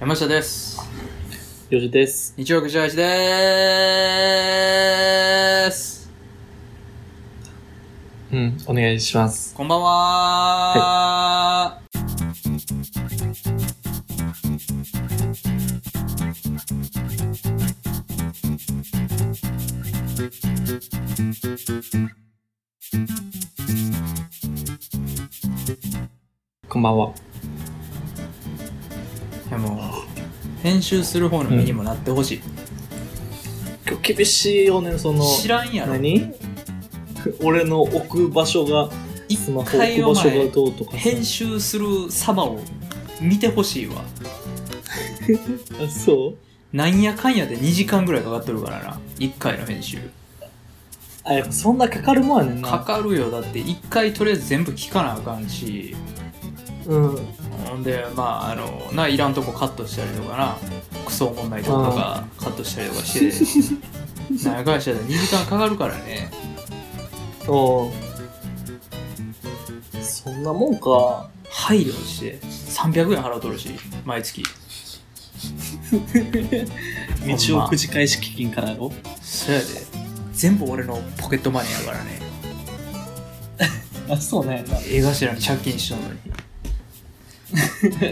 山下です。よしです。日曜九時配信でーす。うん、お願いします。こんばんはこんばんは。いやもう、編集する方の身にもなってほしい。今日厳しいよね、その、知らんやろ。何 俺の置く場所が、ス一マホ置回くお場所が前、どうとかさ。編集する様を見てほしいわ。あそうなんやかんやで2時間ぐらいかかっとるからな。1回の編集。あ、やっぱそんなかかるもんやねんな。かかるよ。だって1回とりあえず全部聞かなあかんし。うん。ほんでまああのないらんとこカットしたりとかなクソおもんないとことかカットしたりとかして なんやかんやしたら2時間かかるからねおうそんなもんか。配慮して300円払うとるし毎月日曜くじ返し基金からやろそやで全部俺のポケットマネーやからねあ、そうね。映画らに借金しとんのに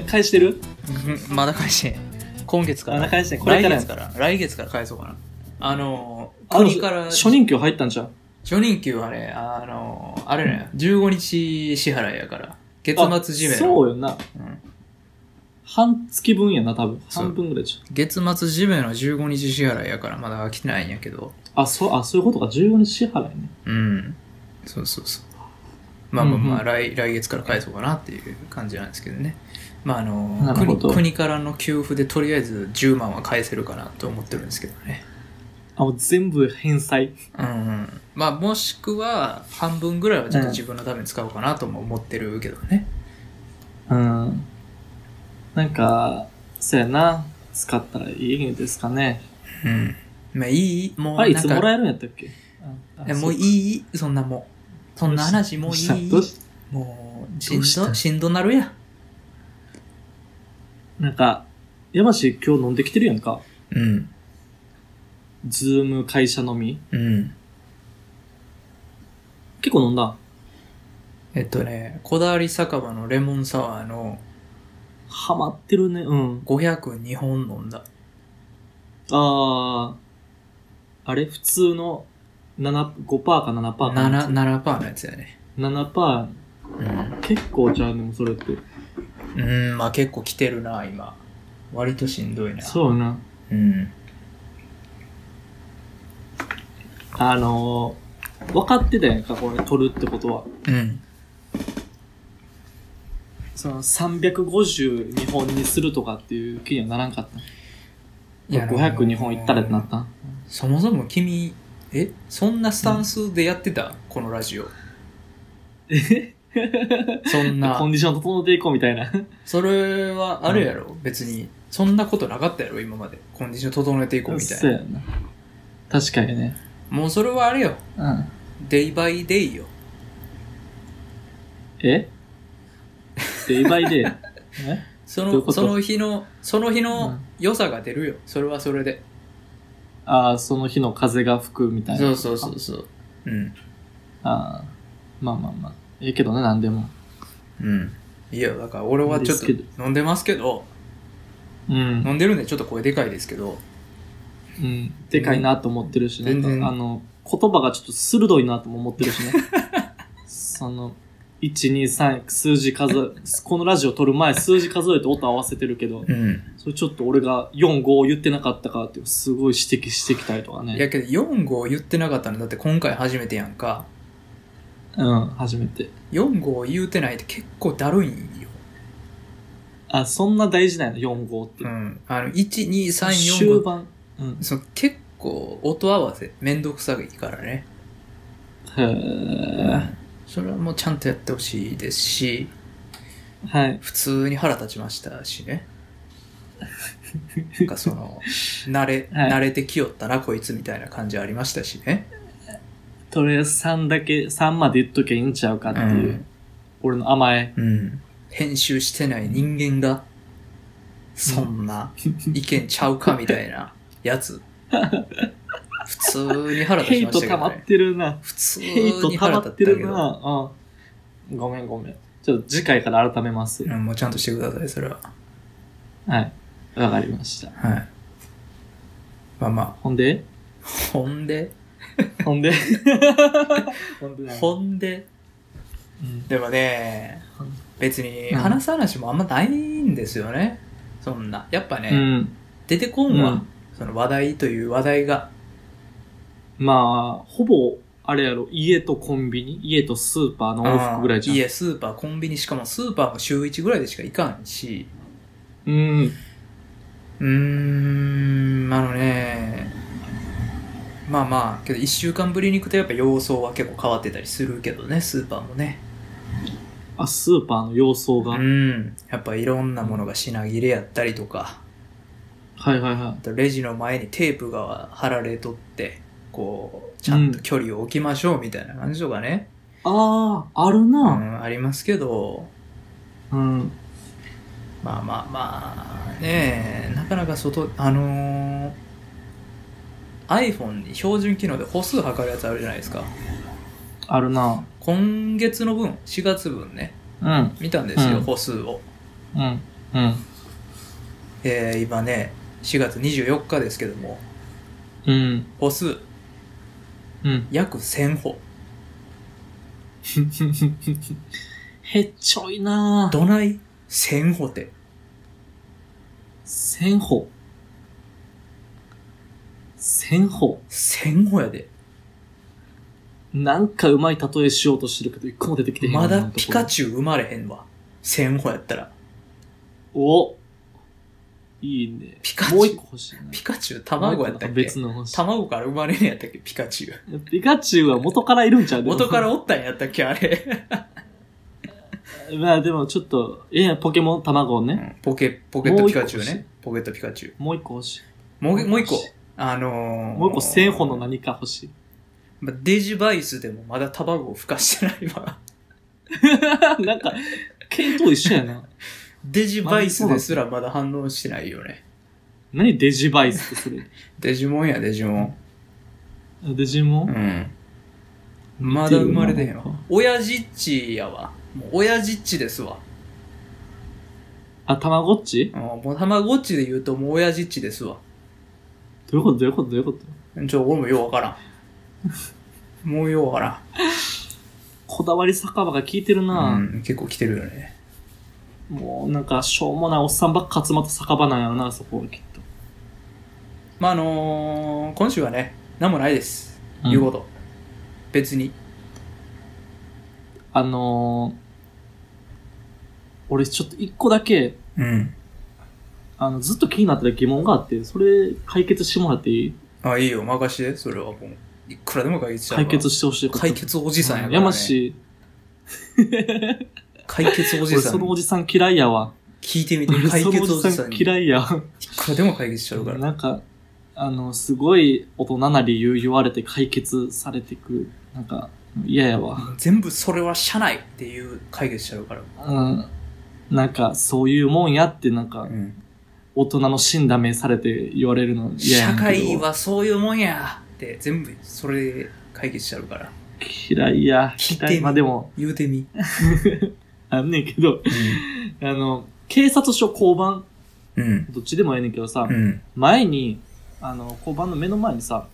返してるうんまだ返してん今月からまだ返してんこれか来ら月から来月から返そうかなあのあの国から初任給入ったんじゃん。初任給はね、あの、あれね、15日支払いやから、月末締めあの、そうよな。うん半月分やな、多分。そう半分ぐらいじゃん。月末締めの15日支払いやから、まだ飽きてないんやけど、あ、そう、あ、そういうことか。14日支払いね。うん。そうそうそう。まあまあまあ、うんうん来来月から返そうかなっていう感じなんですけどね。まああのなるほ国、ど国からの給付でとりあえず10万は返せるかなと思ってるんですけどね。あ、もう全部返済。うんうん。まあもしくは半分ぐらいはちょっと自分のために使おうかなとも思ってるけどね。うん。なんか、そうやな。使ったらいいんですかね。うん。まあいいもうあれ、いつなんもからえるんやったっけあえもうい。いいそんなもんそんな話もういい どうしもうしどうしんどたしんどなるやんなんか、山氏今日飲んできてるやんか。うんズーム会社飲み。うん結構飲んだ。えっとねこだわり酒場のレモンサワーのハマってるね。うん。 502本飲んだあー。あれ普通の7、5%か7%かな。 7 7%のやつやね7%。うん、結構じゃあでもそれって。うん、まあ結構来てるな今割としんどいなそうやな。うんあのー、分かってたやんか、これ、取るってことは。うんその、352本にするとかっていう気にはならんかった。いや502本いったらってなったんそもそも君えそんなスタンスでやってた、このラジオえそんな コンディション整えていこうみたいな。それはあるやろ、別にそんなことなかったやろ今までコンディション整えていこうみたいそうなやな。確かにね。もうそれはあれようん。デイバイデイよえデイバ イデイ。えそどういうのことその日のその日うのん良さが出るよそれはそれで、ああ、その日の風が吹くみたいな。そうそうそうそううんああ、まあまあまあ。ええけどね、なんでも。うんいやだから俺はちょっとですけ飲んでますけどうん。飲んでるんでちょっと声でかいですけどうん。でかいなと思ってるし、ね、全然なんかあの、言葉がちょっと鋭いなとも思ってるしね。 その、1、2、3、数字数え、このラジオ撮る前、数字数えて音合わせてるけど、うんそれちょっと俺が4、5言ってなかったかっていう、すごい指摘してきたりとかいね。やけど4号言ってなかったのだって今回初めてやんかうん、初めて。 4号言うてないって結構だるいんよあ、そんな大事なんや、4、5って。うんあの1234終盤。うん。その結構音合わせめんどくさいからね、へーそれはもうちゃんとやってほしいですしはい。普通に腹立ちましたし ねなんかその慣れ、はい慣れてきよったなこいつみたいな感じありましたしね、とりあえず3だけ、3まで言っときゃいいんちゃうかっていう、俺の甘え。 うん、編集してない人間がそんな意見ちゃうかみたいなやつ。普通に腹立ヘちイましたトけ溜まどっね。てるな。普通ヘイトに溜腹ま立っったけてるど。な。あごめんごめん。ちょっと次回から改めます。うんもうちゃんとしてください、それは。はい。わかりました。はい。まあまほんであ、ほんで、ほんで ほんでなんかほんで。うんでもね、別にうん話す話もあんまないんですよね。そんな。やっぱね、うん。出てこんわ、うんその話題という話題が。まあ、ほぼ、あれやろ、家とコンビニ、家とスーパーの往復ぐらいじゃん。いや、スーパー、コンビニ、しかもスーパーも週1ぐらいでしか行かんし。うん。うーん、あのね、まあまあ、けど1週間ぶりに行くとやっぱ様相は結構変わってたりするけどね、スーパーもね。あ、スーパーの様相が。うん、やっぱいろんなものが品切れやったりとか。はいはいはあとレジの前にテープが貼られとってこうちゃんと距離を置きましょうみたいな感じとかね、い。ああ、あるうんな。ありますけどうん。まあまあまあねえなかなか外あのー iPhone に標準機能で歩数測るやつあるじゃないですかあるな。今月の分4月分ねうん。見たんですよ、うん歩数を、うん。うん。えー今ね4月24日ですけどもうん。歩数うん。 約1000歩へっちょいなぁ。どない1000歩って千歩。千歩。 1000歩やでなんかうまい例えしようとしてるけど、一個も出てきてへんまだピカチチュウ生まれへんわ。千歩やったら。ュウ。おいいね。ピカチュウもう一個欲しいな。ピカチュウ卵やったっけ別の欲しい。卵から生まれんやったっけピカチュウ。ピカチュウは元からいるんちゃうでも元からおったんやったっけあれ。 まあでもちょっと、ええ、ポケモン卵をね。ポケ、ポケットピカチュウもう一個欲しいね。ポケットピカチュウ。もう一個欲しい。もう一個、もう一もう個一。あのー、もう一個千歩の何か欲しい。 まデジバイスでもまだ卵を孵化してないわ。 なんか、系統一緒やな。デジバイスですらまだ反応してないよね。何デジバイスってそれ。デジモンや、デジモン。デジモン、うん。 まだ生まれてへんわ。親父っちやわ。もう親父っちですわ。あ、たまごっちうんもうたまごっちで言うともう親父っちですわ。どういうことどういうことどういうことちょ、俺もようわからん。もうようわかこだわり酒場が効いてるらん。な、うん、結構来てるよね。もうなんか、しょうもないおっさんばっか集まった酒場なんやろな、そこはきっと。まあ、あのー今週はね、なんもないです。うん言うこと。別に。あのー、俺ちょっと一個だけ、うん。あの、ずっと気になってた疑問があって、それ解決してもらっていいあ、いいよ、任して、それはもう。いくらでも解決しちゃうわ解決してほしいこと。解決おじさんやから、ね。山氏、解決おじ俺さんそ。のおじさん嫌いやわ。聞いてみて、俺解その決おおじじささんんに。い嫌いや。くらでも解決しちゃうから。なんか、あの、すごい大人な理由言われて解決されてく。なんか、嫌やわ。全部それは社内っていう解決しちゃうから。うん。なんか、そういうもんやって、なんか、大人の死んだ目されて言われるの嫌やね社んけど会はそういうもんやって、全部それで解決しちゃうから。嫌いや。聞いて嫌い。まあでも、言うてみ。あんねんけど、あの、警察署交番、うん。どっちでもええねんけどさ、うん。前に、あの、交番の目の前にさ、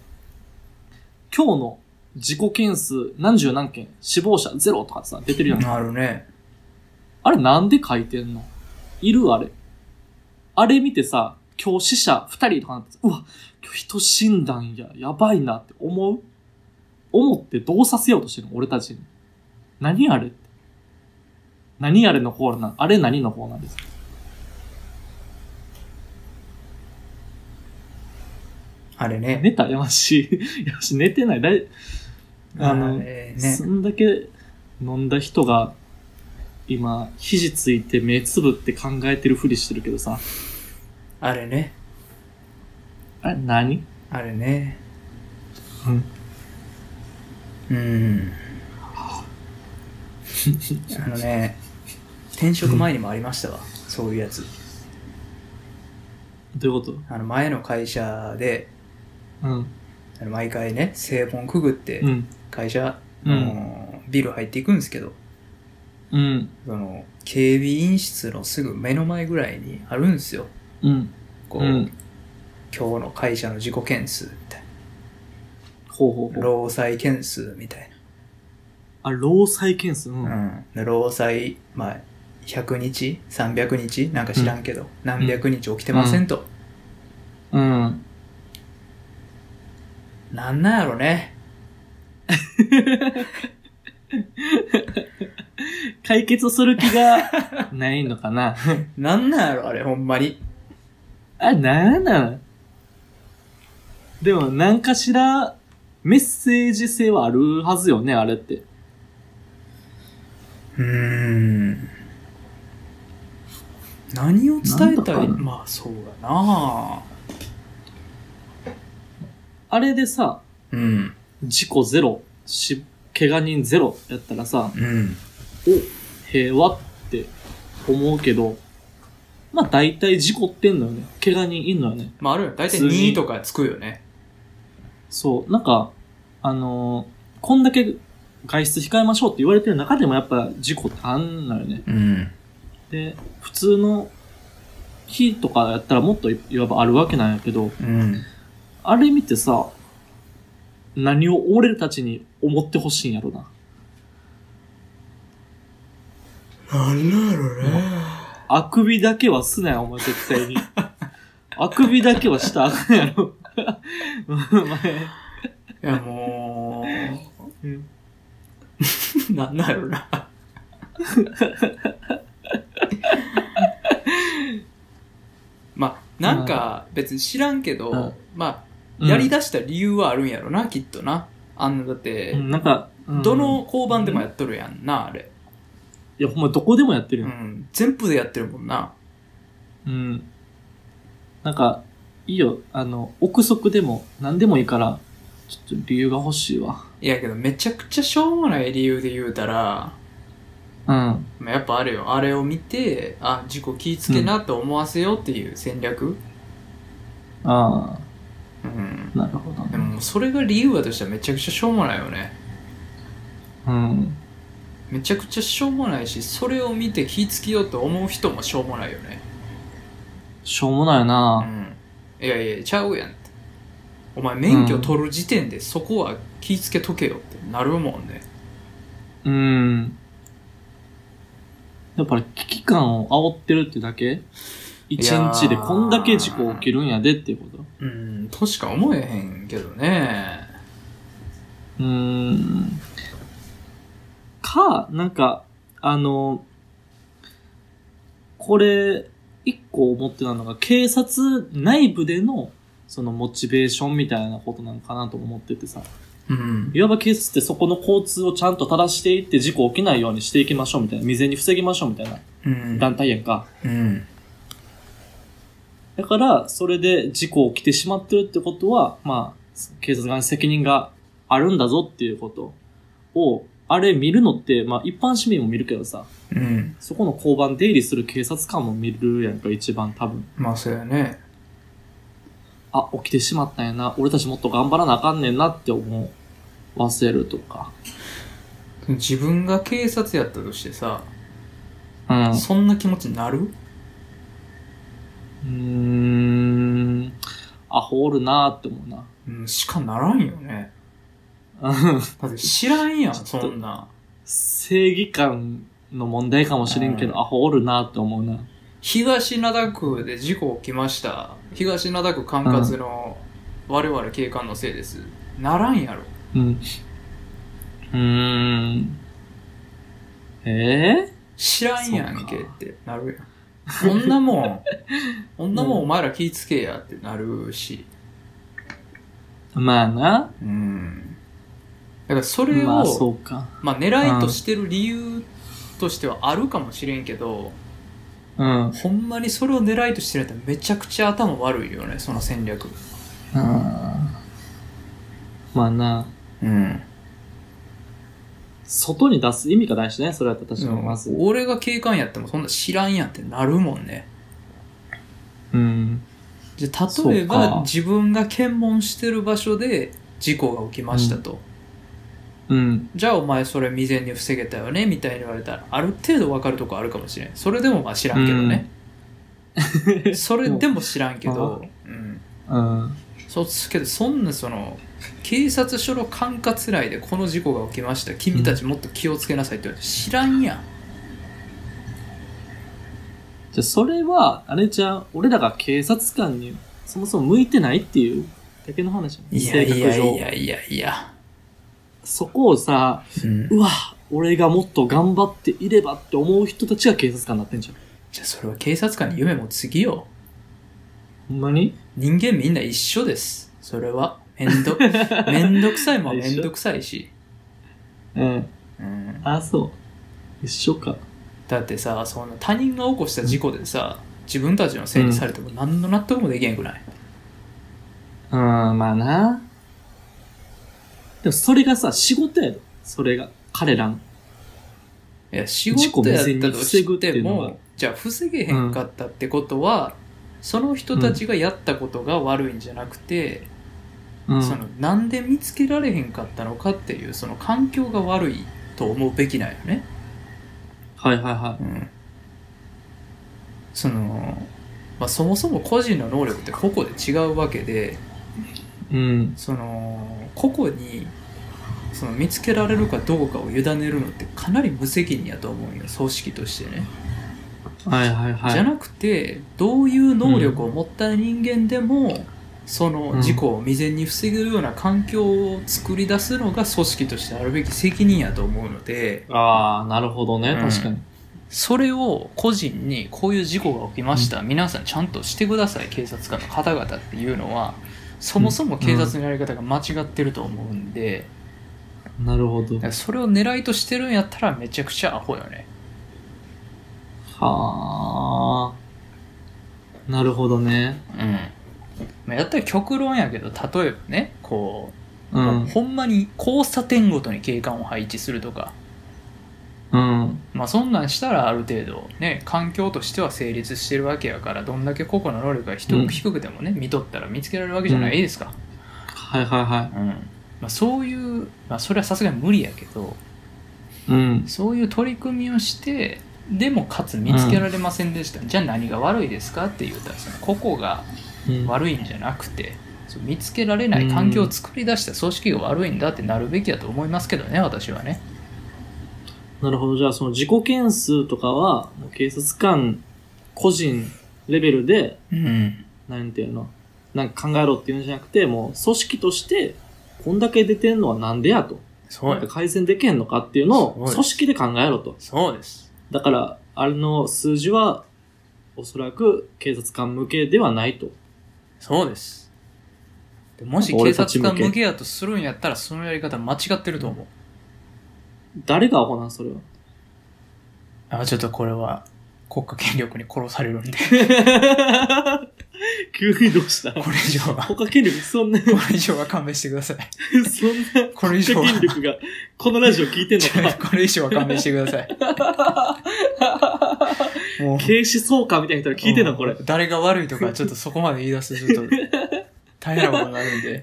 今日の事故件数何十何件、死亡者ゼロとかってさ、出てるやん。あるね。あれなんで書いてんのいるあれ。あれ見てさ、今日死者二人とかなってさ、うわ、今日人死んだんや、やばいなって思う思ってどうさせようとしてるの俺たちに。何あれって何あれの方なん、あれ何の方なんですかあれね。寝たやまし い。やましい、寝てない。だいあの、れそんだけ飲んだ人が、今、肘ついて目つぶって考えてるふりしてるけどさ、あれね。あれ何あれね。うん。 うん。あのね、転職前にもありましたわ。そういうやつ。どういうことあの前の会社で、うん。あの毎回ね、正門くぐってう、ん。会社、うんあのビル入っていくんですけど、うん。その、警備員室のすぐ目の前ぐらいにあるんですよ。うん。こう、うん。今日の会社の自己件数みたいほうほうな。ほう。労災件数みたいあ、労災件数。うん。な。ううん。ん。で労災、まあ、100日 ?300 日なんか知らんけど、何百日起きてませんと。なんなんやろね。解決する気 がないのかな。なんなんやろあれ、ほんまに。あ、なんなのでも、なんかしら、メッセージ性はあるはずよね、あれって。うーん。何を伝えなんだたかいなまあ、そうだなあれでさ、うん。事故ゼロ、し、怪我人ゼロやったらさ、うん。お、平和って思うけど、まあ大体事故ってんのよね。怪我人いんのよね。まあ、あるよ。大体普通に2とかつくよね。そう、なんか、あのーこんだけ外出控えましょうって言われてる中でもやっぱ事故ってあんのよね。うん。で、普通の日とかやったらもっといいわばあるわけなんやけど、うん。あれ見てさ、何を俺たちに思ってほしいんやろな。なんなんやろね。あくびだけはすなよ、お前絶対に。 あくびだけはしたらあかんやろ。お前いや、もうんう、 なんなんやろな。まあ、なんか別に知らんけど、うんまうあ、んやり出した理由はあるんやろな、きっとな。あんな、だって、うんなんか、うんどの交番でもやっとるやんな、あれ。いや、ほんまどこでもやってるうよ。ん。全部でやってるもんな。うん。なんか、いいよ、あの、憶測でも何でもいいから、ちょっと理由が欲しいわ。いやけど、めちゃくちゃしょうもない理由で言うたら、うん。まあやっぱあれよ。あれを見て、あ、事故気ぃつけなと思わせようっていう戦略。あうん。あ、なるほど、でね。ももうそれが理由だとしたらめちゃくちゃしょうもないよね。うん。めちゃくちゃしょうもないし、それを見て気ぃつけようと思う人もしょうもないよね。しょうもないな。うん。いやいや、ちゃうやんって。お前免許取る時点でそこは気ぃつけとけよってなるもんね。うん。やっぱり危機感を煽ってるってだけ一日でこんだけ事故起きるんやでっていうことうん、としか思えへんけどね。うーんか、なんか、あの、これ、一個思ってたのが、警察内部での、そのモチベーションみたいなことなのかなと思っててさ。うん。いわば警察ってそこの交通をちゃんと正していって事故起きないようにしていきましょうみたいな、未然に防ぎましょうみたいなうん。団体やんか。うん。だから、それで事故起きてしまってるってことは、まあ、警察側に責任があるんだぞっていうことを、あれ見るのって、まあ一般市民も見るけどさ、うん。そこの交番出入りする警察官も見るやんか、一番多分。まあ、そうやね。あ、起きてしまったんやな、俺たちもっと頑張らなあかんねんなって思わせるとか。自分が警察やったとしてさ、うん。うそんな気持ちになるーん。アホおるなーって思うな。うん、しかならんよね。うんだって知らんやん、ちょっそとんな。正義感の問題かもしれんけうど、んアホおるなーって思うな。東灘区で事故起きました。東灘区管轄の我々警官のせいです。ならんやろ。うん。うーん。え知らんやんけそうっかてなるやん。こんなもん、こんなもんお前ら気ぃつけやってなるし。えまあな。うん。だからそれを、まあそうか。まあ、狙いとしてる理由としてはあるかもしれんけど、うん。うんほんまにそれを狙いとしてるやったらめちゃくちゃ頭悪いよねその戦略まあな。うん外に出す意味が大事ね。それやったら確かにまず。俺が警官やってもそんな知らんやんってなるもんねうん。じゃあ例えそうかば自分が検問してる場所で事故が起きましたと、うん。じゃあお前それ未然に防げたよねみたいに言われたらある程度わかるとこあるかもしれんそれでもまあ知らんけどね、 それでも知らんけど、うん、うん。そうですけどそんなその警察署の管轄内でこの事故が起きました君たちもっと気をつけなさいって言われて知らんやんじゃあそれは、あれじゃん、俺らが警察官にそもそも向いてないっていうだけの話いや性格いやい上。やいやいや、そこをさ、うん、うわ、俺がもっと頑張っていればって思う人たちが警察官になってんじゃん。じゃあそれは警察官に夢持ちすぎよほんまに 人間みんな一緒ですそれはめんど めんどくさいもんめんどくさいし、うん。うん、あ、そう。一緒か。だってさその他人が起こした事故でさ自分たちのせいにされても何の納得もできへんくない、うん、まあな。でもそれがさ、仕事やろ。それが。彼らの。いや仕事やったと事故し未然に防ぐってていうのはもじゃあ防げへんかったってことは、その人たちがやったことが悪いんじゃなくて、うん。そのなんで見つけられへんかったのかっていうその環境が悪いと思うべきなんよね、はいはいはうん、その、まあ、そもそも個人の能力って個々で違うわけで、い。うん。その個々にその見つけられるかどうかを委ねるのってかなり無責任やと思うよ組織としてね、はいはいはい。じゃなくてどういう能力を持った人間でも、その事故を未然に防げるような環境を作り出すのが組織としてあるべき責任やと思うのでああ、なるほどね。うん確かに。それを個人にこういう事故が起きました、皆さんちゃんとしてください警察官の方々っていうのはそもそも警察のやり方が間違ってると思うんで。なるほど。だからそれを狙いとしてるんやったらめちゃくちゃアホよねはあ。なるほどね。うんまあやったら極論やけど例えばねこうう、ん。ほんまに交差点ごとに警官を配置するとかうん。まあそんなんしたらある程度ね環境としては成立してるわけやからどんだけ個々の能力が低うんく低くてもね、見とったら見つけられるわけじゃないですか、はいはいはうんまあ、そういう、まあ、それはさすがに無理やけどい。うん。そういう取り組みをしてでもかつ見つけられませんでした、じゃあ何が悪いですかって言うたらその個々がうん悪いんじゃなくてそう見つけられない環境を作り出した組織が悪いんだってなるべきだと思いますけどね私はねなるほど。じゃあ、その自己件数とかは、もう警察官個人レベルで、うんなんていうの、なんか考えろっていうんじゃなくて、もう組織として、こんだけ出てんのはなんでやと。そなんうか改善できへんのかっていうのそうを、です組織で考えろと。そうですだから、あれの数字は、おそらく警察官向けではないと。そうですでもし警俺たち察向官け向けやとするんやったらそのやり方間違ってると思う誰がアホなんそれは。 あちょっとこれは国家権力に殺されるんで 急にどうしたこれ以上はこ他権力、そんな、そんれ以上は勘弁してくださいな、これ以上は権力が、このラジオ聞いてんの か。 これ以上は勘弁してくだ さい もう警視総監みたいな人が聞いてんうのこれ。誰が悪いと かちょっとそこまで言い出すとちょっと大変なことになるんで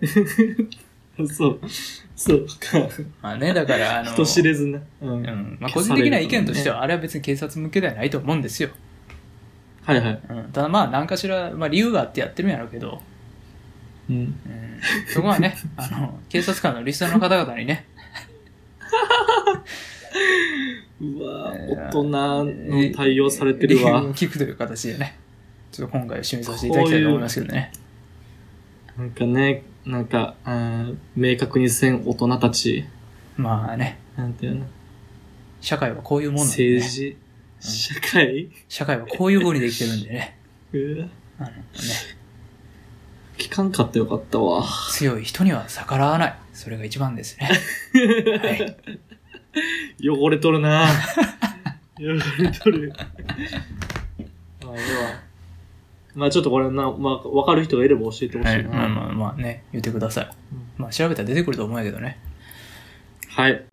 そう。そうか。 まあねだからあの人知れずね。うん。うはいんまあ、個人的な意見としてはあれは別に警察向けではないと思うんですよ、はい。うん、ただまあ何かしら、まあ、理由があってやってるんやろうけど、う ん。うん、そこはねあの警察官のリスナーの方々に ねうわえーぁ、大人の対応されてるわ理由。を 聞くという形でねちょっと今回締めさせていただきたいと思いますけどねなんかね、なんか、うん明確にせん大人たち。 まあねなんていうの社会はこういうもんなんで、政ね、治、社会社会はこういうふうにできてるんでねうわあのね聞かんかったよかったわ。強い人には逆らわない。それが一番ですね。はい。汚れと るな汚れとる。まあ、要は。まあ、ちょっとこれな、まあ、わかる人がいれば教えてほしいな。まあまあまあね、言ってください。まあ調べたら出てくると思うんやけどね。はい。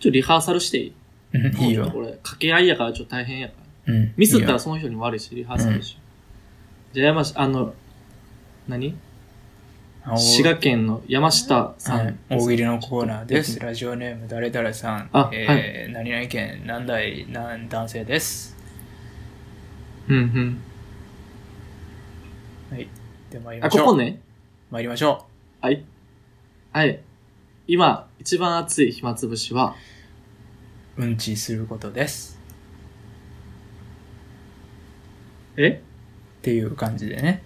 ちょ、リハーサルしていいうんいいよこ。れ、掛け合いやからちょっと大変やから。うんミスったいいらよその人にも悪いし、リハーサルでしょ。じゃあ、やまし、あの、何あお滋賀県の山下さはいん。大喜利のコーナーでちょす。っとラジオネーム誰々さん。あえー何々県何代何男性です。うんうん。はい。で、参りあ、ましこょう。こね。参りましょはい。はい。今、一番熱い暇つぶしは、う。うんちすることです。えっていう感じでね。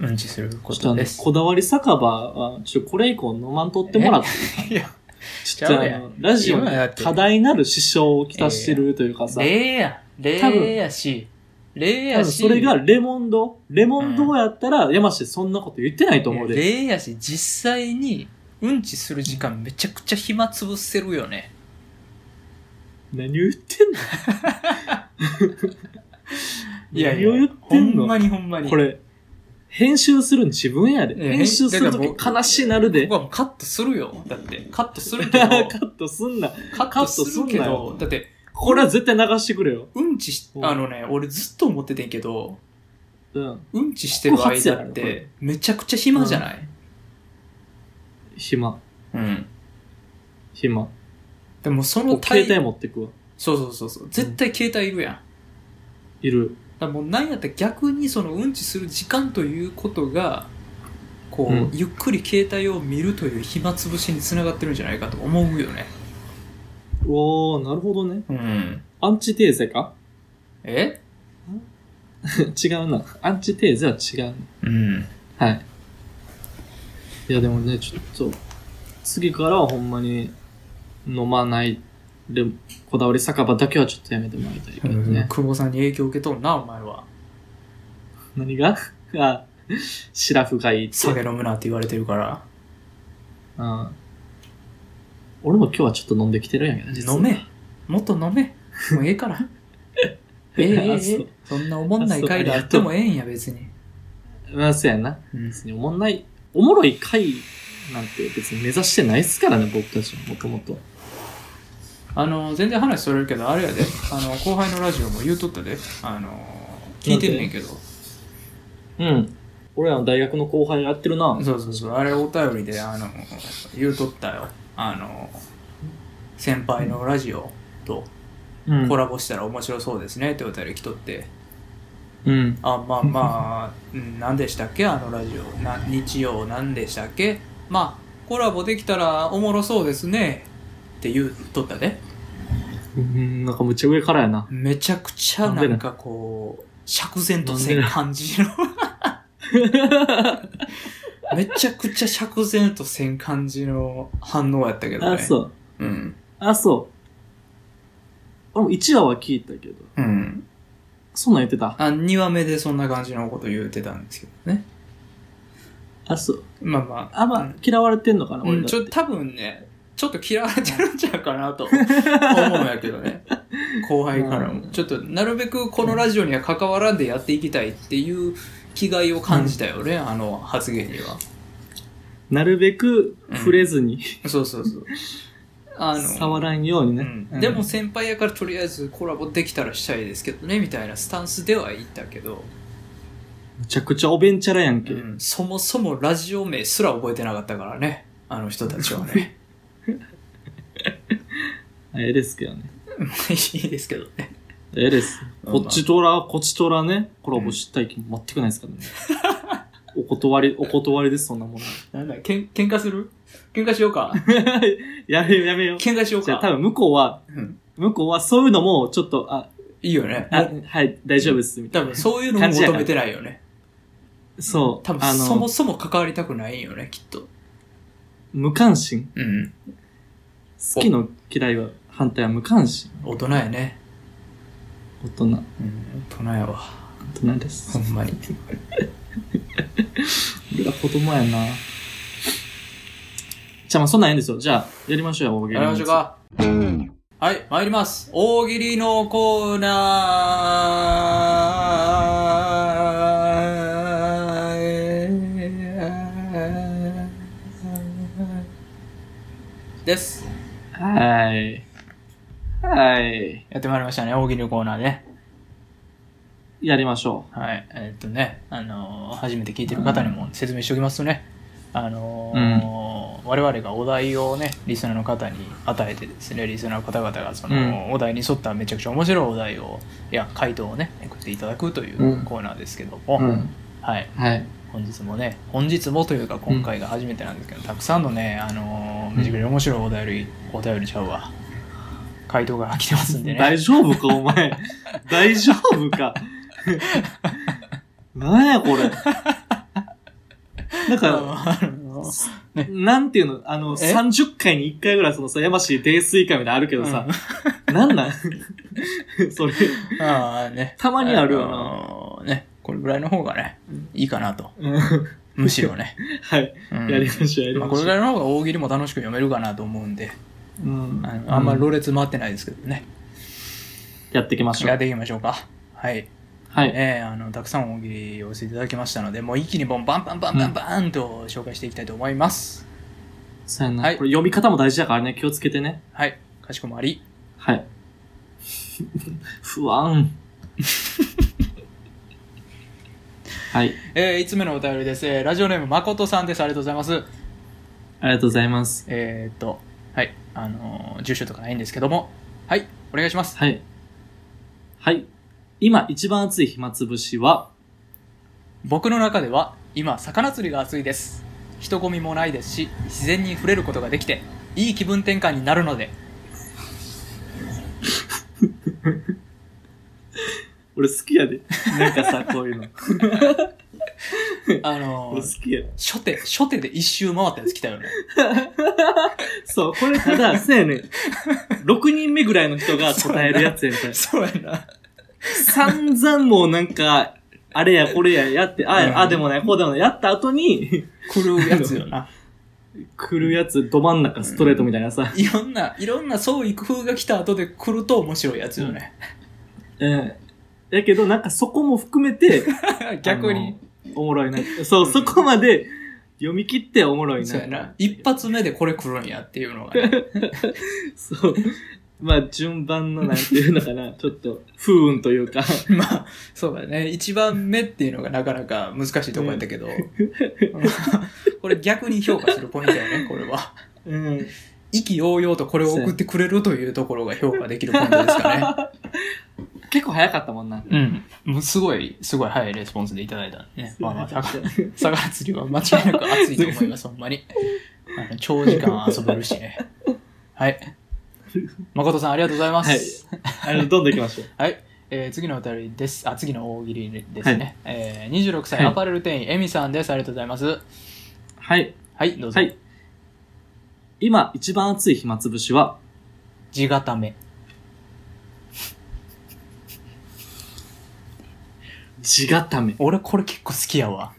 うんちするこちょっととあので、す。こだわり酒場は、ちょ、これ以降飲まんとってもらって、 いや、ちょっちゃとあうやの、ラジオに今だって多大なる支障をきたしてるというかさ、例や。多分例やし。例多や分し。それがレモンド、レモンドやったら、山下そんなこと言ってないと思うで。例やし、実際に、うんちする時間めちゃくちゃ暇つぶせるよね。何を言って んの何を言ってほんんのまにほんまに。これ、編集するん自分やで。いや編集するとだきから僕悲しいなるで。僕カ はもうカットするよ。だって、カットするけど、ットすんな。カットするけカットすんなよど、だって、これは絶対流してくれよ。うんちしう、んあのね、俺ずっと思っててんけど、うん。うんちしてる告発や間なって、めちゃくちゃ暇じゃない暇。うん。暇。でもそのお携帯持ってくわ。そうそうそうそう。絶対携帯いるやん。だいる。からもうなんやったら逆にそのうんちする時間ということが、こう、うんゆっくり携帯を見るという暇つぶしにつながってるんじゃないかと思うよね。おー、なるほどね。うん。アンチテーゼか え違うな。アンチテーゼは違う。うん。はい。いや、でもね、ちょっと、次からはほんまに飲まない、でこだわり酒場だけはちょっとやめてもらいたいけどね。久保さんに影響受けとんな、お前は。何が あ、シラフがいいって。酒飲むなって言われてるから。うん。俺も今日はちょっと飲んできてるんやけど、実は飲めもっと飲めもうええ から。ええええあえそうえそんなおもんない回であってもええんや、別に。まあ、そうやな。うん別におもんない、おもろい回なんて別に目指してないっすからね、僕たちもともと。あの、全然話それるけど、あれやで。あの、後輩のラジオも言うとったで。あの、聞いてんねんけど。うん。俺らの大学の後輩やってるな。そうそうそう、あれお便りで、あの、言うとったよ。あの、先輩のラジオとうんコラボしたら面白そうですねってお便り来とって。うん。あまあまあ うん何でしたっけあのラジオな日曜何でしたっけまあコラボできたらおもろそうですねって言うとったねうん、なんかむっちゃ上からやな。めちゃくちゃなんかこう釈然とせん感じ のめちゃくちゃ釈然とせん感じの反応やったけどねあ、そう。ううんあ、そう。俺も1話は聞いたけど、うんそんなん言ってた。あ2話目でそんな感じのこと言うてたんですけどねあ、そう。まあまああ、まあ、嫌われてんのかな、う俺ん、らちょ多分ねちょっと嫌われてるんちゃうかなと 思うんやけどね後輩からも、うんちょっとなるべくこのラジオには関わらんでやっていきたいっていう気概を感じたよね、あの発言にはなるべく触れずに、そうそうそうあの 触らんようにうね。んうんでも、先輩やからとりあえずコラボできたらしたいですけどねみたいなスタンスでは言ったけど、むちゃくちゃおべんちゃらやんけ。うんそもそもラジオ名すら覚えてなかったからねあの人たちはねええですけどね。 いいですけどねええです。まあこっちとら、こっちとらね、コラボしたい気も全くないですからね。お断り、お断りです、そん なもの。なんだけん喧嘩する喧嘩しようかやめよう、やめよう。喧嘩しようじゃあか多分向こうは、うん向こうはそういうのも、ちょっと、あ、いいよね。あはい、大丈夫です、みたい多分そういうのも求めてないよね。な。そう。多分あの、そもそも関わりたくないよね、きっと。無関心。うん。好きの嫌いは、反対は無関心。大人やね。大人、うん、大人やわ。大人ですほ。んまに。俺ら子供やな。じゃあまあそんなんええんですよ。じゃあ、やりましょうよ、大喜や利のりまやつしょう。か。はい、参ります。大喜利のコーナー。です。はい。はい。やってまいりましたね、大喜利のコーナーね。やりましょはい、えーっとね、あのー初めて聞いてる方にも説明しておきますとね、あのー我々がお題をね、リスナーの方に与えてですね、リスナーの方々がその、うんお題に沿っためちゃくちゃ面白いお題を、いや、回答をね、送っていただくといううんコーナーですけども、う。うん。はい、はい。本日もね、本日もというか今回が初めてなんですけど、たくさんのね、あのーめちゃくちゃ面白いお便り、お便りちゃうわ、回答が来てますんでね。大丈夫か、お前。 大丈夫か。なんや、これ。なんか、あのーなんていうの、あの、え30回に1回ぐらいそのさ、やましい泥酔会みたいなのあるけどさ、 なんなんそれ、ああね。たまにあるよなな。ね、これぐらいの方がねうん、いいかなと。うんはむしろね。い。うんやりましょう、やりまあまこれしぐらょう。いの方が大喜利も楽しく読めるかなと思うんで、うんあのあんまりろれつ回ってないですけどね。やっていきましょやっう。ていきましょうか。はい。はい。ええあの、たくさん大喜利をしていただきましたので、もう一気にボンバンバンバンバンバンと紹介していきたいと思います。そうやな。はいこれ読み方も大事だからね、気をつけてね。はい。かしこまり。はい。 不安。 はい。えー、5つ目のお便りです。えーラジオネーム、まことさんです。ありがとうございます。ありがとうございます。えー、っと、はい。あのー住所とかないんですけども、はい。お願いします。はい。はい。今一番熱い暇つぶしは、僕の中では今魚釣りが熱いです人混みもないですし自然に触れることができていい気分転換になるの で俺好きやで。なんかさ、こういうの。あの俺好ー、きやで。初手初手で一周回ったやつ来たよねそう、これただ、そうやねん。6人目ぐらいの人が答えるやつやねん。こ れそうやな散々もうなんか、あれやこれややって、あ、うんあでもない、こうでもない、やった後に、来るやつよな来るやつ、ど真ん中ストレートみたいなさ。いろんないろんな創意工夫が来た後で来ると面白いやつよね、うん。やけど、なんかそこも含めて、 逆にあの。おもろいな。そう、そこまで読み切っておもろいな。そうやな一発目でこれ来るんやっていうのがね、 そう。まあ、順番のなんていうのかな、ちょっと、不運というか。まあそうだね一番目っていうのがなかなか難しいとこやったけ ど、これ逆に評価するポイントやねこれはうん。意気揚々とこれを送ってくれるというところが評価できるポイントですかね。結構早かったもんな。 うん。もうすごい、すごい早いレスポンスでいただいたんでね。まあまあ、 確魚かに魚釣りは間違いなく熱いと思います、ほんまに。あの長時間遊べるしね。はい。誠さん、ありがとうございまはいす。。あの、どんどん行きましょう。はい。えー次のお便りです。あ、次の大喜利ですね。えー、26歳、はアいパレル店員、エミさんです。ありがとうございます。はい。はい、どうぞ。はい。今、一番熱い暇つぶしは、地固め。地固め。俺、これ結構好きやわ。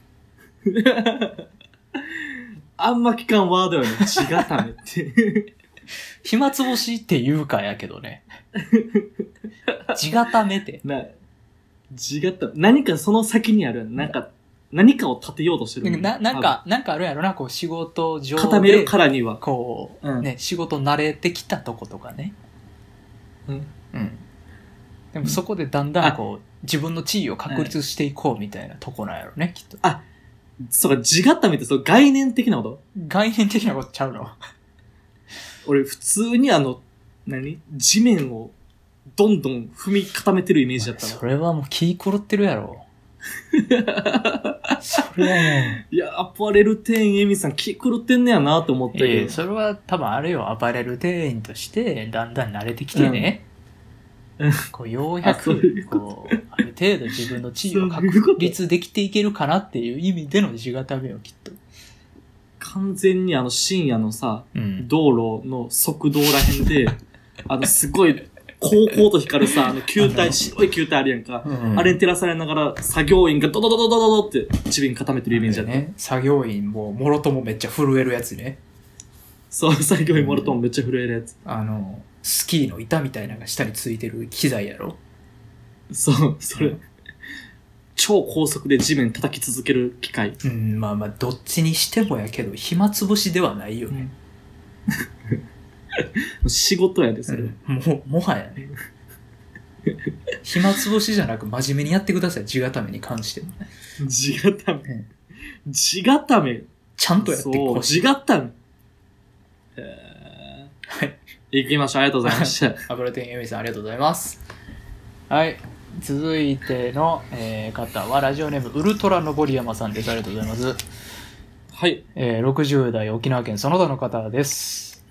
あんま聞かんワード よね。地固めって。 暇つぼしって言うかやけどね。地固めて。な、地固め。何かその先にある。なんか、何かを立てようとしてるんな、だなんか、なんかあるやろな、こう仕事上多で。分、固めるからには。こう、うんね、仕事慣れてきたとことかね。うん。うん。でもそこでだんだんこう、自分の地位を確立していこうみたいなとこなんやろね、きっと。そうか、地固めって、そう、概念的なこと概念的なことちゃうの。俺普通にあの、何地面をどんどん踏み固めてるイメージだったのそ。れはもう気狂ってるや ろ。それはね、いや、アパレル店員エミさん気狂ってんねやなと思ったけど。ええそれは多分あれよ、アパレル店員として、だんだん慣れてきてね。うんこうようやあそういくうここうある程度自分の地位をそういうこ確と立できていけるかなっていう意味での地固めをきっと、完全にあの深夜のさ、うん、道路の側道らへんで、 あのすごい、高々と光るさ、あの球あ体、の白い球体あるやんか。うんあれに照らされながら、作業員がドドドドドドドって地面固めてるイメージだった。ね作業員ももろともめっちゃ震えるやつねそう、作業員もらともめっちゃ震えるやつ。あのスキーの板みたいなのが下についてる機材やろそう、それう。超高速で地面叩き続ける機械。うんまあまあどっちにしてもやけど暇つぶしではないよね、仕事やで、それ。もうもはやね暇つぶしじゃなく真面目にやってください。地固めに関しても。地固うめ。地固め。ちゃんとやってそう、ほしい。地固め。えーはい。行きましょう。ありがとうございました。アブラテンエミさんありがとうございます。はい。続いての、えー方は、ラジオネーム、ウルトラのぼりやまさんです。ありがとうございます。はい。えー60代沖縄県その他の方です。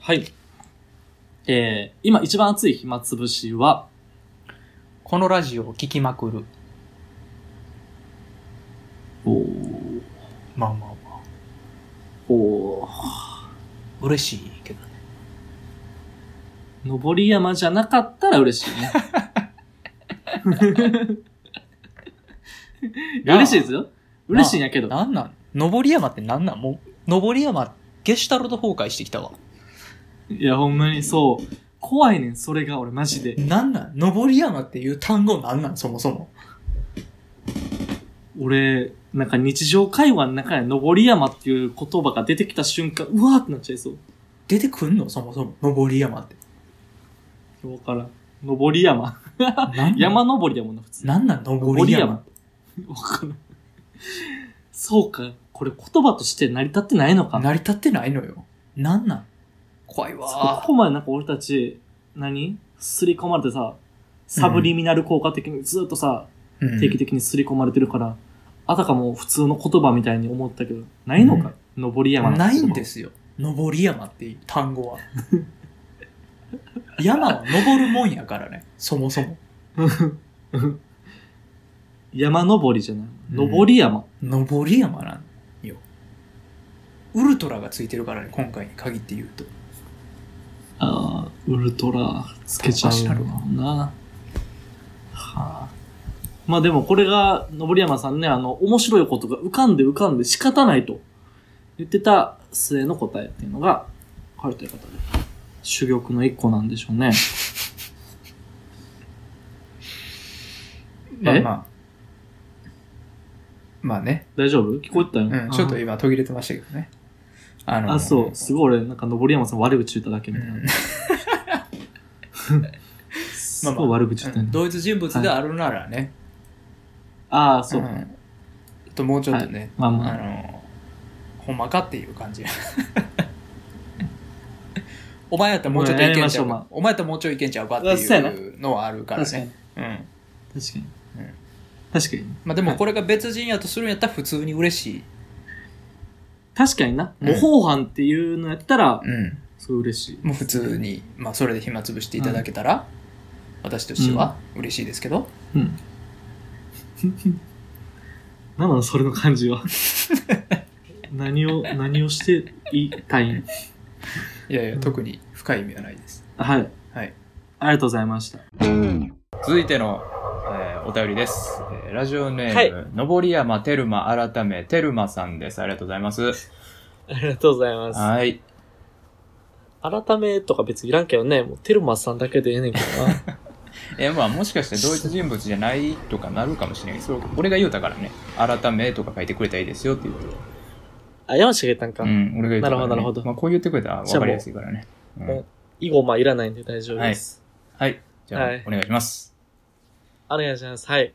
はい。えー、今一番熱い暇つぶしは、このラジオを聞きまくる。おー、まあまあまおー、あ、嬉しいけどね。登り山じゃなかったら嬉し いね。いや嬉しいですよ。嬉しいんやけど。なんなん登り山ってなんなんもう、登り山、ゲシュタルト崩壊してきたわ。いや、ほんまにそう。怖いねん、それが俺マジで。なんなん登り山っていう単語なんなんそもそも。俺、なんか日常会話の中で登り山っていう言葉が出てきた瞬間、うわーってなっちゃいそう。出てくんのそもそも。登り山って。わからん。登り山。なんなん山登りだもんな、普通。なんなん登り山って。わからん。そうか。これ言葉として成り立ってないのかな。成り立ってないのよ。なんなん怖いこわ。こまでなんか俺たち、何すり込まれてさ、サブリミナル効果的にずっとさ、うん定期的にすり込まれてるから、あたかも普通の言葉みたいに思ったけど、ないのか、登り山んてないんですよ。登り山っていう単語 は。山は登るもんやからね。そもそも。 山登りじゃない。うん登り山。登り山なんよ。ウルトラがついてるからね、今回に限って言うと。ああ、ウルトラつけちゃうもんな。はあ。まあでもこれが、登山さんね、あの、面白いことが浮かんで浮かんで仕方ないと言ってた末の答えっていうのが、あるという方で、珠玉の一個なんでしょうね。まあまあ。まあね。大丈夫聞こえてたよ、うん、ちょっと今途切れてましたけどね。あのあ、そう。すごい俺、なんか登山さん悪口言っただけみたいな。うんすごい悪口言ったよね。同一人物であるならね。ああ、そう。んあともうちょっとね、まああまあ。の、ほんまかっていう感じ。 お前やったらもうちょっといけんちゃうもうやめましょうまか。お前やったらもうちょいいけんちゃうかってそうやないうのはあるから確かねに。。うん。確かにうん。確かに。まあでもこれが別人やとするんやったら普通に嬉しい。確かにな。うん模倣犯っていうのやったら、うん。すごい嬉しい。もう普通に、まあそれで暇つぶしていただけたら、私としては嬉しいですけど。うん。 なんなのそれの感じは。何を、何をしていたいんいやいや、うん特に深い意味はないです。はい。はい。ありがとうございました。続いての、えーお便りです。えーラジオネーム、はい登山テルマ改め、テルマさんです。ありがとうございます。ありがとうございまはい。改めとか別にいらんけどね、もうテルマさんだけでええねんけどな。えーまあもしかして同一人物じゃないとかなるかもしれないけど、それ俺が言うたからね、改めとか書いてくれたらいいですよって言って。あ、山下が言ったんかうん、俺が言うたから、ね。なるほどなるほどまあこう言ってくれたら分かりやすいからね。うもうん以後、まあいらないんで大丈。夫ですはい。じゃあ、はいお願いします。お願いします。はい。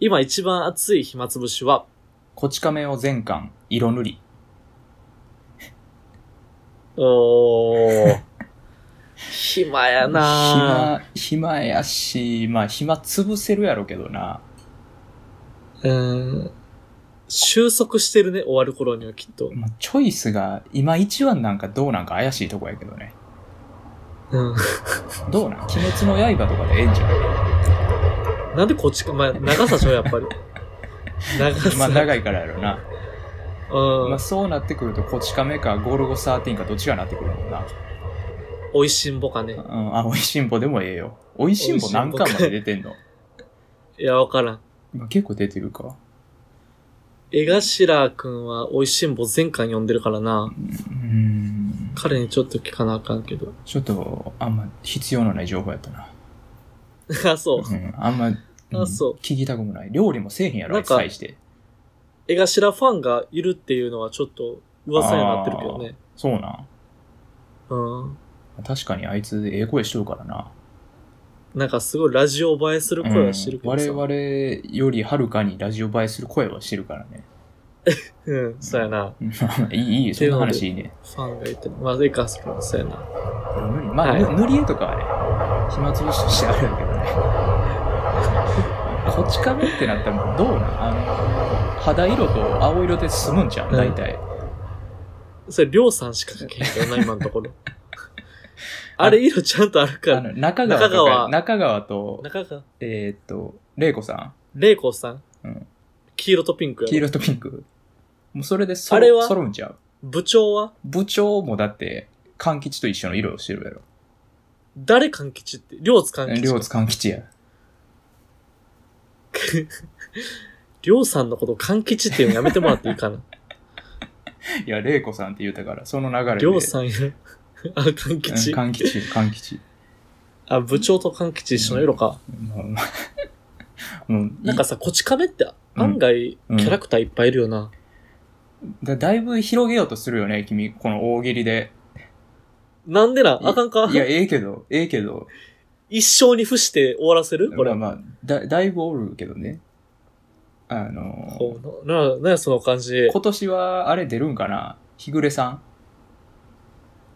今一番熱い暇つぶしは、こち亀を全巻、色塗り。おー。暇や暇、暇やし、まあ暇潰せるやろうけどな。うーん収束してるね、終わる頃にはきっと。まあ、チョイスが今一番なんかどうなんか怪しいとこやけどね。うん。どうなん鬼滅の刃とかでええんじゃ ん。なんでこっちか、まあ、長さでしょ、やっぱり。長さ。まあ長いからやろな。うん、まあそうなってくると、こち亀かゴルゴ13かどっちがなってくるもんな。美味しんぼかね。うん、あ、美味しんぼでもええよ。美味しんぼ何巻まで出てんのいや、わからん。今結構出てるか。江頭くんは美味しんぼ全巻読んでるからな。うん。彼にちょっと聞かなあかんけど。 ちょっと、あんま必要のない情報やったな。あ、そう。うん、あんま、んあそう聞きたくもない。料理もせえへんやろ、なあんいつか対して。江頭ファンがいるっていうのはちょっと噂になってるけどね。そうなん。うん。確かにあいつ、ええ声しとるからな。なんかすごいラジオ映えする 声はしてるけどさ、うん我々よりはるかにラジオ映えする声はしてるからね。 うん、そうやな。いい、いいよ、そんな話いいね。ファンがいて、まずいか、そそうやな。無理。まあ、はいぬ塗り絵とかはね、暇つぶしとしてあるんだけどね。 こち亀ってなったらもうどうなんあの、肌色と青色で済むんじゃん、うん大体。それ、りょうさんしか書けへんけどな、今のとこ ろ。あれ、色ちゃんとあるかあら。の中川とか、中中川川と、中川、えーっと、玲子さ玲子さん。うん黄色とピンクん、やろ黄色とピンク。もうそれでそあれは揃うんちゃう部長は部長もだって、勘吉と一緒の色をしてるやろ。誰勘吉って。両津勘吉。 両津勘吉や。両さんのことを勘吉っていうのやめてもらっていい かな。いや、玲子さんって言うたから、その流れで。両さんや。 あ、勘うん吉。勘吉よ、勘吉。あ、部長と勘吉一緒の色か。もう、まあ もうなんかさ、こち亀って案外うんキャラクターいっぱいいるよな。だだいぶ広げようとするよね、君。この大喜利で。なんでなんあかんかいや、ええけど、ええけど。一生に付して終わらせるここれれ。はまあ、だ、だいぶおるけどね。あのーこうな、な、なんやその感じ。今年はあれ出るんかな日暮さん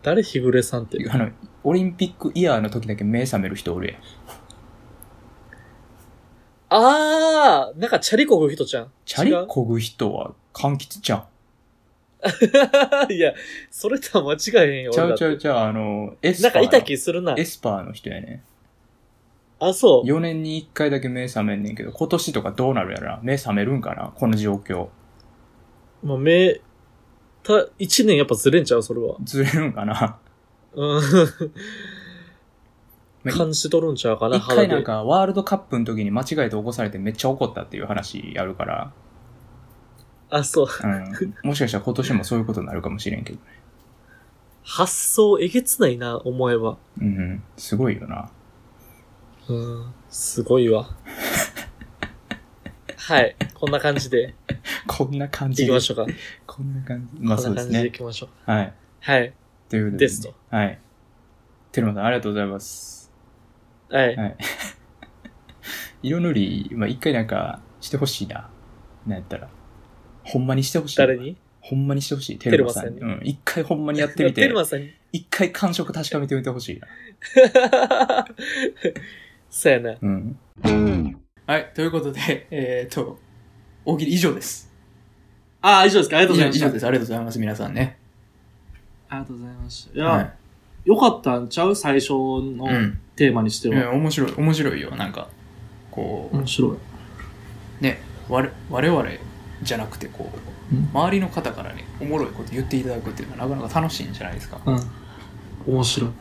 誰日暮さんって。あの、オリンピックイヤーの時だけ目覚める人おるやん。あーなんかチャリこぐ人ちゃん。チャリ違うこぐ人は、柑橘ちゃ いや、それとは間違えへんう。よ。ちゃ俺だうってちゃうちゃう、あの、エスなパんーかや。いた気するなエ。スパーの人やね。あ、そう。 4年に1回だけ目覚めんねんけど、今年とかどうなるやろな目覚めるんかなこの状況。もう目、た、一年やっぱずれんちゃうそ れは。ずれるんかなうん。まあ感じ取るんちゃうかな、一回なんで。かワールドカップの時に間違えて起こされてめっちゃ怒ったっていう話あるから、あ、そう。 うん、もしかしたら今年もそういうことになるかもしれんけどね。発想えげつないな、思えば。うん、すごいよな。うん。すごい わ。はい。こんな感じでこんな感行じきでま。しょうか。こんな感じ。まあこそんうなです感じでね行。きましょう。はい。はい。ということですと。はい。テルマさんありがとうございます。はいはい。色塗り、まあ一回なんかしてほしいな。なんやったら。ほんまにしてほしい。誰にほんまにしてほしい。テルマさんに。テルうん。一回ほんまにやってテみ てル。マさんに。 一回感触確かめてみてほしいな。そうやな。うん。はい、ということで、えっと、大喜利以上です。ああ、以上ですか。ありがとうございま以し上た。です。ありがとうございます、皆さんね。ありがとうございました。いや、はよかったんちゃう最初のい。うん。テーマにしていは。や、面白い、面白いよ。なんか、こう、面白い。ね、我我々じゃなくて、こううん、周りの方からね、おもろいこと言っていただくっていうのはなかなか楽しいんじゃないですか。うん。面白うい。ん。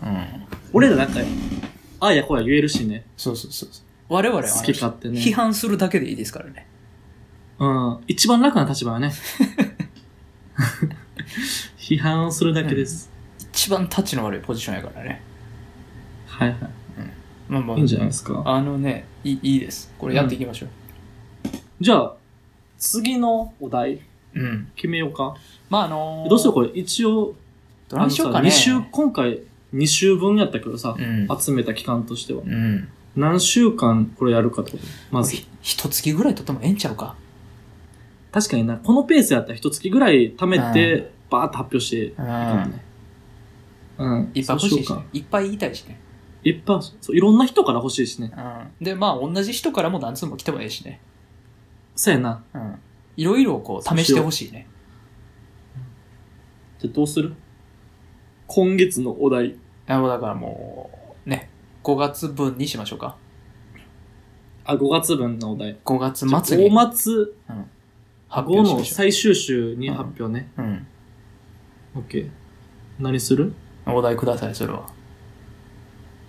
俺らなんか、ああやこうや言えるしね。そうそうそうそう。我々はあの好き勝手ね批判するだけでいいですからね。うん。一番楽な立場 はね。批判をするだけです。一番タッチの悪いポジションやからね。はいはまあまあい。いいんじゃないですか。あのね、いいいいです。これやっていきましょう。じゃあ、次のお題うん。決めようか。まああのーどうしようこれ一応、どないしようかね。 2週、今回2週分やったけどさう、ん。集めた期間としては。うん。何週間これやるかってことまず。ひ一月ぐらいとってもええんちゃうか。確かにな、このペースやったら一月ぐらい貯めて、バーッと発表して、ううんん。うん。いっぱい欲しいし、そうよね、いっぱい言いたいしね。ういっぱい、そういろんな人から欲しいしね。うん。で、まあ同じ人からも何通も来てもええしね。そうやな。うん。いろいろこう試してほしいね。じゃあどうする今月のお題。あもうだからもう、ね、5月分にしましょうか。あ、5月分のお題。 5月末に5月発5表しまのしょ最終週に発表ね。う。うん。オッケー。何するお題ください、それは。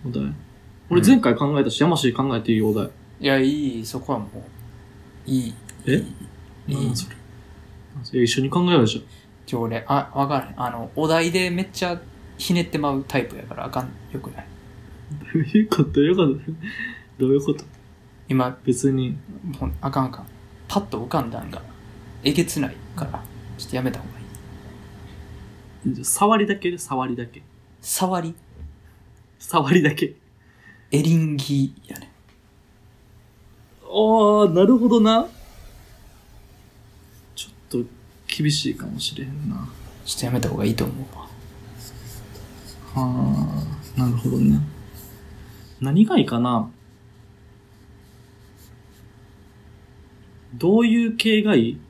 お題。俺前回考えたし、山氏考えていいお題。いや、いい、そこはもう、いい。えいいいい何それえ一緒に考えようじゃん。ちょ、俺、あ、わからへん。あの、お題でめっちゃひねってまうタイプやから、あかん、よくない。 どういうことどういうことどういうこと今、別に。ほんあかんあかん。パッと浮かんだんが、えげつないから、ちょっとやめた方がいい。触りだけで触りだけ。触り触りだけ。エリンギやね。ああ、なるほどな。ちょっと厳しいかもしれへんな。ちょっとやめた方がいいと思うわ。はあ、なるほどね。何がいいかなどういう系がいい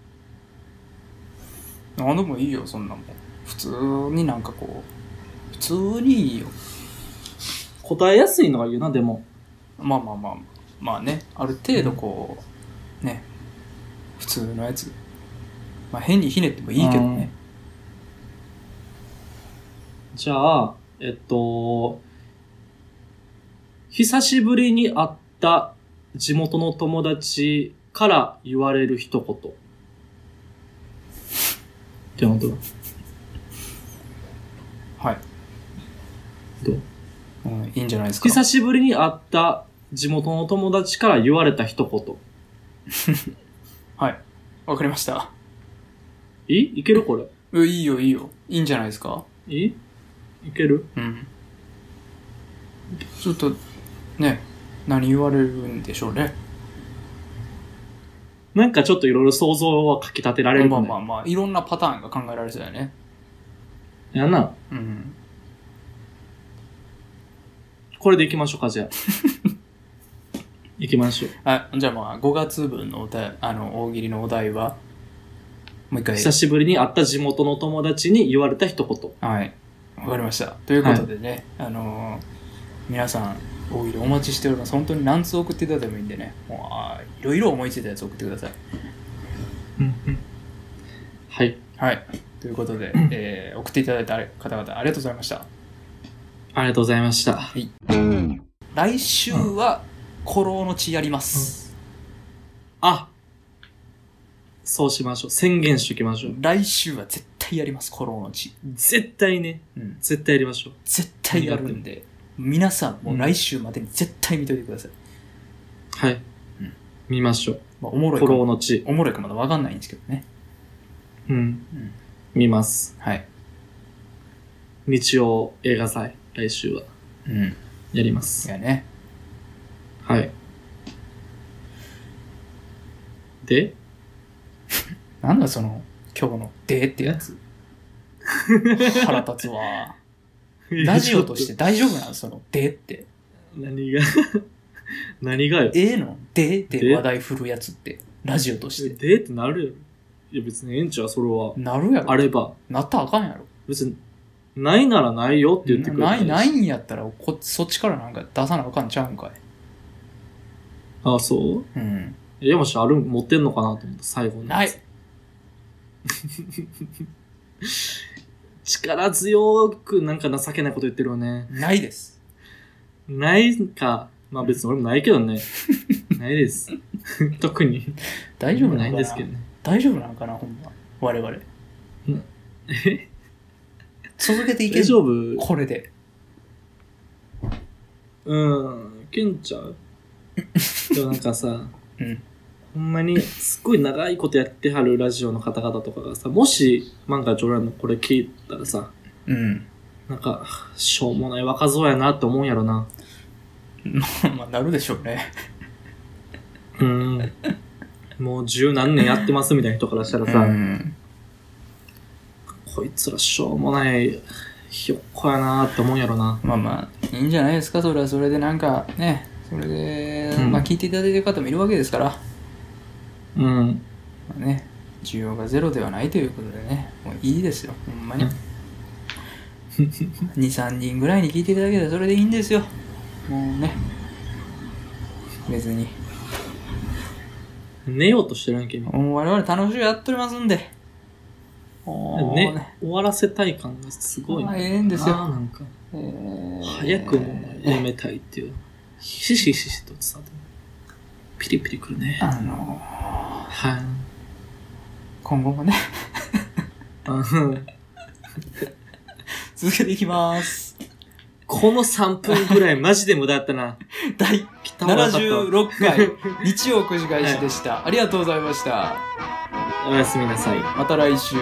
あ、でもいいよ、そんなんも。普通になんかこう、普通にいいよ。答えやすいのがいいよな、でも。まあまあまあ、まあね、ある程度こう、ね、普通のやつ。まあ変にひねってもいいけどね。じゃあ、えっと、久しぶりに会った地元の友達から言われる一言。って本当だ。はい、どううん。いいんじゃないですか。久しぶりに会った地元の友達から言われた一言。はい。わかりました。えいけるこれ。うんいいよ、いいよ。いいんじゃないですか。えいけるうん。ちょっと、ね、何言われるんでしょうね。なんかちょっといろいろ想像はかき立てられるまかあも、ね。まあまあ、いろんなパターンが考えられそうだよね。やな。うん。これでいきましょうか、 じゃあ。いきましょう。あ、じゃあまあ、5月分のお題、あの、大喜利のお題は、もう一回。久しぶりに会った地元の友達に言われた一言。はい。わかりました。ということでね、あのー皆さん、大喜利お待ちしております。本当に何通送っていただいてもいいんでね、もうあーいろいろ思いついたやつ送ってください。はい。はい。という ことで、えー送っていただいた方々、ありがとうございました。ありがとうございました。来週は、古老の地やります。あそうしましょう。宣言しときましょう。来週は絶対やります、古老の地。絶対ね。うん。絶対やりましょう。絶対やるんで、皆さん、もう来週までに絶対見といてください。はい。うん見ましょう。まあ、おもろいフかォローも、の地。おもろいかまだわかんないんですけどね。うん。うん。見ます。はい。日曜映画祭、来週はうん。やります。やね。はい。で、なんだその、今日の「で」ってやつ。腹立つわ。 ラジオとして大丈夫なのその「で」って。何が 何がよ。えの「で」でで話題振るやつって、ラジオとして。でってなるよ。いや別にええんちゃうそれは。なるやろ。あれば、なったらあかんやろ。別に、ないならないよって言ってくれたならい、ないんやったらこ、そっちからなんか出さなあかんちゃうんかい。あ、そううん。え山下あるん持ってんのかなと思った、最後に。ない。力強く、なんか情けないこと言ってるよね。ないです。ないか。まあ別に俺もないけ どね。ないです。 特に。大丈夫なないんんかですけどなね。大丈夫なんかな、ほんま。我々。え続けていけ大る丈夫これで。うん、いけんちゃうでもなんかさ、うんほんまにすっごい長いことやってはるラジオの方々とかがさ、もし漫画上覧のこれ聞いたらさ、うん。 なんか、しょうもない若造やなって思うんやろな。まあ、なるでしょうね。うん。もう十何年やってますみたいな人からしたらさ、うん。こいつらしょうもないひよっこやなって思うんやろな。まあまあ、いいんじゃないですか、それはそれでなんかね、それで、うんまあ聞いていただいてる方もいるわけですから、まうん。 あね、需要がゼロではないということでね、もういいですよ、ほんまに。うん2、3人ぐらいに聞いていただけたらそれでいいんですよ。もうね、別に。寝ようとしてるんやんけ、今。もう我々楽しいやっておりますんで。もうね、ね、終わらせたい感がすごいまあな。ええんですよあーなんかえー早くもやめたいっていう。ひしひしひしと伝わってくるピリピリくるね。あの、はい。今後もね、うん続けていきます。この3分ぐらいマジで無駄だったな。第北村さんと76回日曜9時開始でした。ありがとうございました。おやすみなさい。また来週。